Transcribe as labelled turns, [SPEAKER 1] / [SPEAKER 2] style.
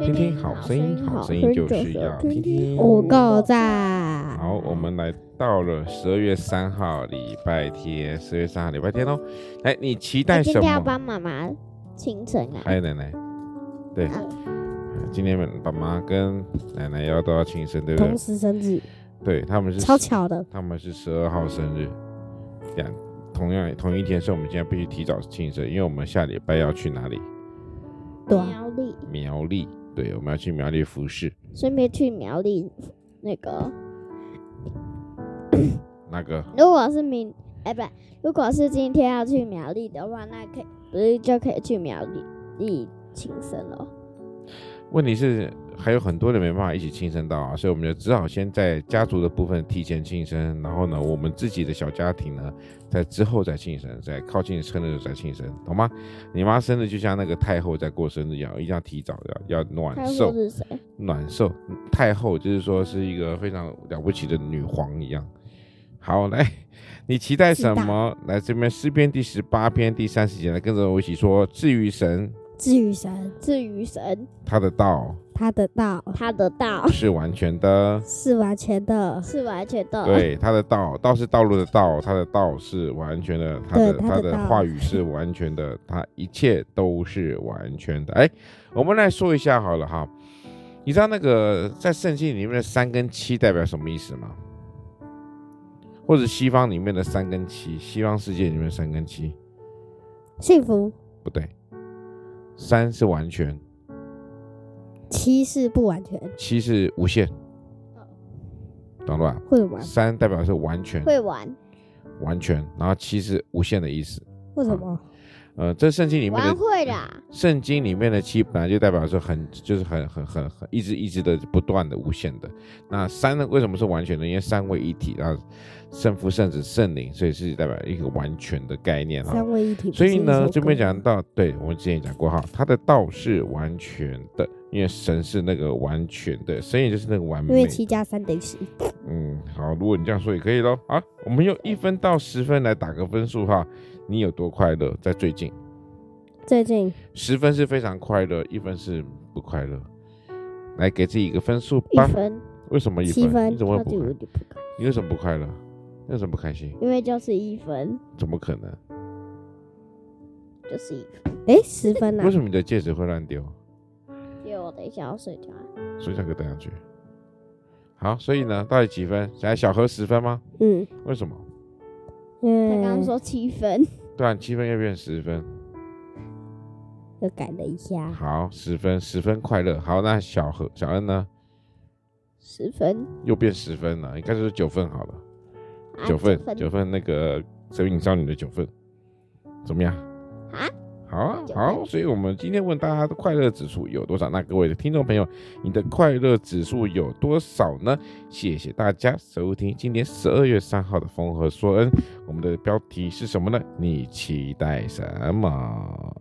[SPEAKER 1] 听听好声音，好声音就是要听听。
[SPEAKER 2] 五够赞。
[SPEAKER 1] 哦好，我们来到了十二月三号礼拜天，十月三号礼拜天哦。来，你期待
[SPEAKER 2] 我今
[SPEAKER 1] 什
[SPEAKER 2] 天要
[SPEAKER 1] 么？
[SPEAKER 2] 帮妈妈清晨啊，
[SPEAKER 1] 还有奶奶，对，
[SPEAKER 2] 嗯
[SPEAKER 1] 今天爸妈跟奶奶要都要庆生，对不对
[SPEAKER 3] 同？时生日，
[SPEAKER 1] 对，他们是
[SPEAKER 3] 超巧的。
[SPEAKER 1] 他们是十二号生日，两同样同一天，所以我们现在必须提早庆生，因为我们下礼拜要去哪里？
[SPEAKER 3] 对啊，
[SPEAKER 2] 苗栗，
[SPEAKER 1] 苗栗，对，我们要去苗栗服饰
[SPEAKER 2] 顺便去苗栗那个。
[SPEAKER 1] 那个
[SPEAKER 2] 如果是明，哎、不，如果是今天要去苗栗的话，那可以不是就可以去苗栗栗庆生了？
[SPEAKER 1] 问题是还有很多人没办法一起庆生到啊，所以我们就只好先在家族的部分提前庆生，然后呢，我们自己的小家庭呢，在之后再庆生，在靠近生日的时候再庆生，懂吗？你妈生日就像那个太后在过生日一样，一定要提早，要要
[SPEAKER 2] 他
[SPEAKER 1] 暖
[SPEAKER 2] 说
[SPEAKER 1] 寿，
[SPEAKER 2] 是谁？
[SPEAKER 1] 暖寿太后就是说是一个非常了不起的女皇一样。好，来，你期待什么？来这边诗篇第十八篇第三十节，来跟着我一起说：至于神，
[SPEAKER 3] 至于神，
[SPEAKER 2] 至于神，
[SPEAKER 1] 他的道
[SPEAKER 3] 他的道
[SPEAKER 2] 他的道
[SPEAKER 1] 是完全的。
[SPEAKER 3] 是完全的，
[SPEAKER 2] 是完全
[SPEAKER 3] 嗯
[SPEAKER 2] 的。
[SPEAKER 1] 对，他的道道是道路的道，他的道是完全的，他的
[SPEAKER 3] 对他的
[SPEAKER 1] 的
[SPEAKER 3] 道
[SPEAKER 1] 话语是完全的，他一切都是完全的。哎，我们来说一下好了哈，你知道那个在圣经里面的三跟七代表什么意思吗？或者西方里面的三跟七，西方世界里面的三跟七
[SPEAKER 3] 幸福。
[SPEAKER 1] 不对，三是完全，
[SPEAKER 3] 七是不完全，
[SPEAKER 1] 七是无限，
[SPEAKER 3] 嗯
[SPEAKER 1] 懂了吧？
[SPEAKER 3] 为什么？
[SPEAKER 1] 三代表是完全，
[SPEAKER 2] 会玩，
[SPEAKER 1] 完全，然后七是无限的意思。
[SPEAKER 3] 为什么？
[SPEAKER 1] 呃，这圣经里面
[SPEAKER 2] 玩
[SPEAKER 3] 哦
[SPEAKER 1] 的嗯
[SPEAKER 2] 会啦，
[SPEAKER 1] 圣经里面的七本来就代表说很就是很很很很一直一直的不断的无限的。那三呢？为什么是完全的？因为三位一体，然后圣父、圣子、圣灵，所以是代表一个完全的概念哈。
[SPEAKER 3] 三位一体。
[SPEAKER 1] 所以呢，这
[SPEAKER 3] 这
[SPEAKER 1] 边讲到，对我们之前也讲过哈，他的道是完全的，因为神是那个完全的，神也就是那个完
[SPEAKER 3] 因
[SPEAKER 1] 美
[SPEAKER 3] 为
[SPEAKER 1] 的。
[SPEAKER 3] 七加三等于十，
[SPEAKER 1] 嗯，好，如果你这样说也可以咯。好，我们用一分到十分来打个分数哈，你有多快乐？在最近。
[SPEAKER 3] 最近
[SPEAKER 1] 十分是非常快乐，一分是不快乐。来给自己一个分数
[SPEAKER 2] 一
[SPEAKER 1] 吧。
[SPEAKER 2] 分，
[SPEAKER 1] 为什么一
[SPEAKER 3] 七分
[SPEAKER 1] 你怎么
[SPEAKER 2] 超
[SPEAKER 1] 会
[SPEAKER 2] 级
[SPEAKER 1] 不快
[SPEAKER 2] 无？敌不可，
[SPEAKER 1] 你为什么不快乐？你为什么不开心？
[SPEAKER 2] 因为就是一分，
[SPEAKER 1] 怎么可能？
[SPEAKER 2] 就是一分。
[SPEAKER 3] 哎十分
[SPEAKER 2] 嗯
[SPEAKER 3] 啊
[SPEAKER 1] 为，什么你的戒指会乱丢？
[SPEAKER 2] 因为我等一下要睡觉啊，
[SPEAKER 1] 所以想给带上去。好，所以呢，到底几分？来，小何十分吗？
[SPEAKER 3] 嗯，
[SPEAKER 1] 为什么？
[SPEAKER 3] 因
[SPEAKER 2] 他
[SPEAKER 3] 为
[SPEAKER 2] 刚刚说七分，
[SPEAKER 1] 对啊，你七分要变十分。
[SPEAKER 3] 嗯又改了一
[SPEAKER 2] 嗯
[SPEAKER 3] 下，
[SPEAKER 1] 好，十分，十分快乐。好，那小何、小恩呢？
[SPEAKER 2] 十分，
[SPEAKER 1] 又变十分了，应该是九分好了。
[SPEAKER 2] 啊
[SPEAKER 1] 九分，
[SPEAKER 2] 分，
[SPEAKER 1] 九分那个《神隐少女》的九分，怎么样？
[SPEAKER 2] 啊？
[SPEAKER 1] 好啊，
[SPEAKER 2] 九分
[SPEAKER 1] 好，所以我们今天问大家的快乐指数有多少？那各位的听众朋友，你的快乐指数有多少呢？谢谢大家收听今年十二月三号的《风和说恩》，我们的标题是什么呢？你期待什么？